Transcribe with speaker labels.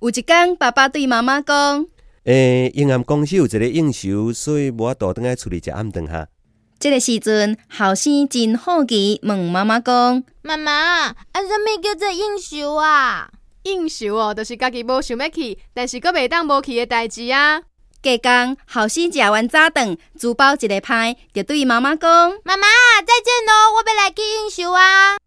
Speaker 1: 有一天，爸爸对妈妈讲：
Speaker 2: 诶、因暗公司有一个应酬，所以无法度倒来厝里食暗顿哈。
Speaker 1: 这个时阵，后生真好奇问妈妈讲，
Speaker 3: 妈妈，啊，什物叫做应酬啊？
Speaker 4: 应酬哦，就是家己无想要去，但是阁袂当无去的代志啊。
Speaker 1: 隔天，后生食完早顿，自包一个派，就对妈妈讲。
Speaker 3: 妈妈，再见喽，我要来去应酬啊！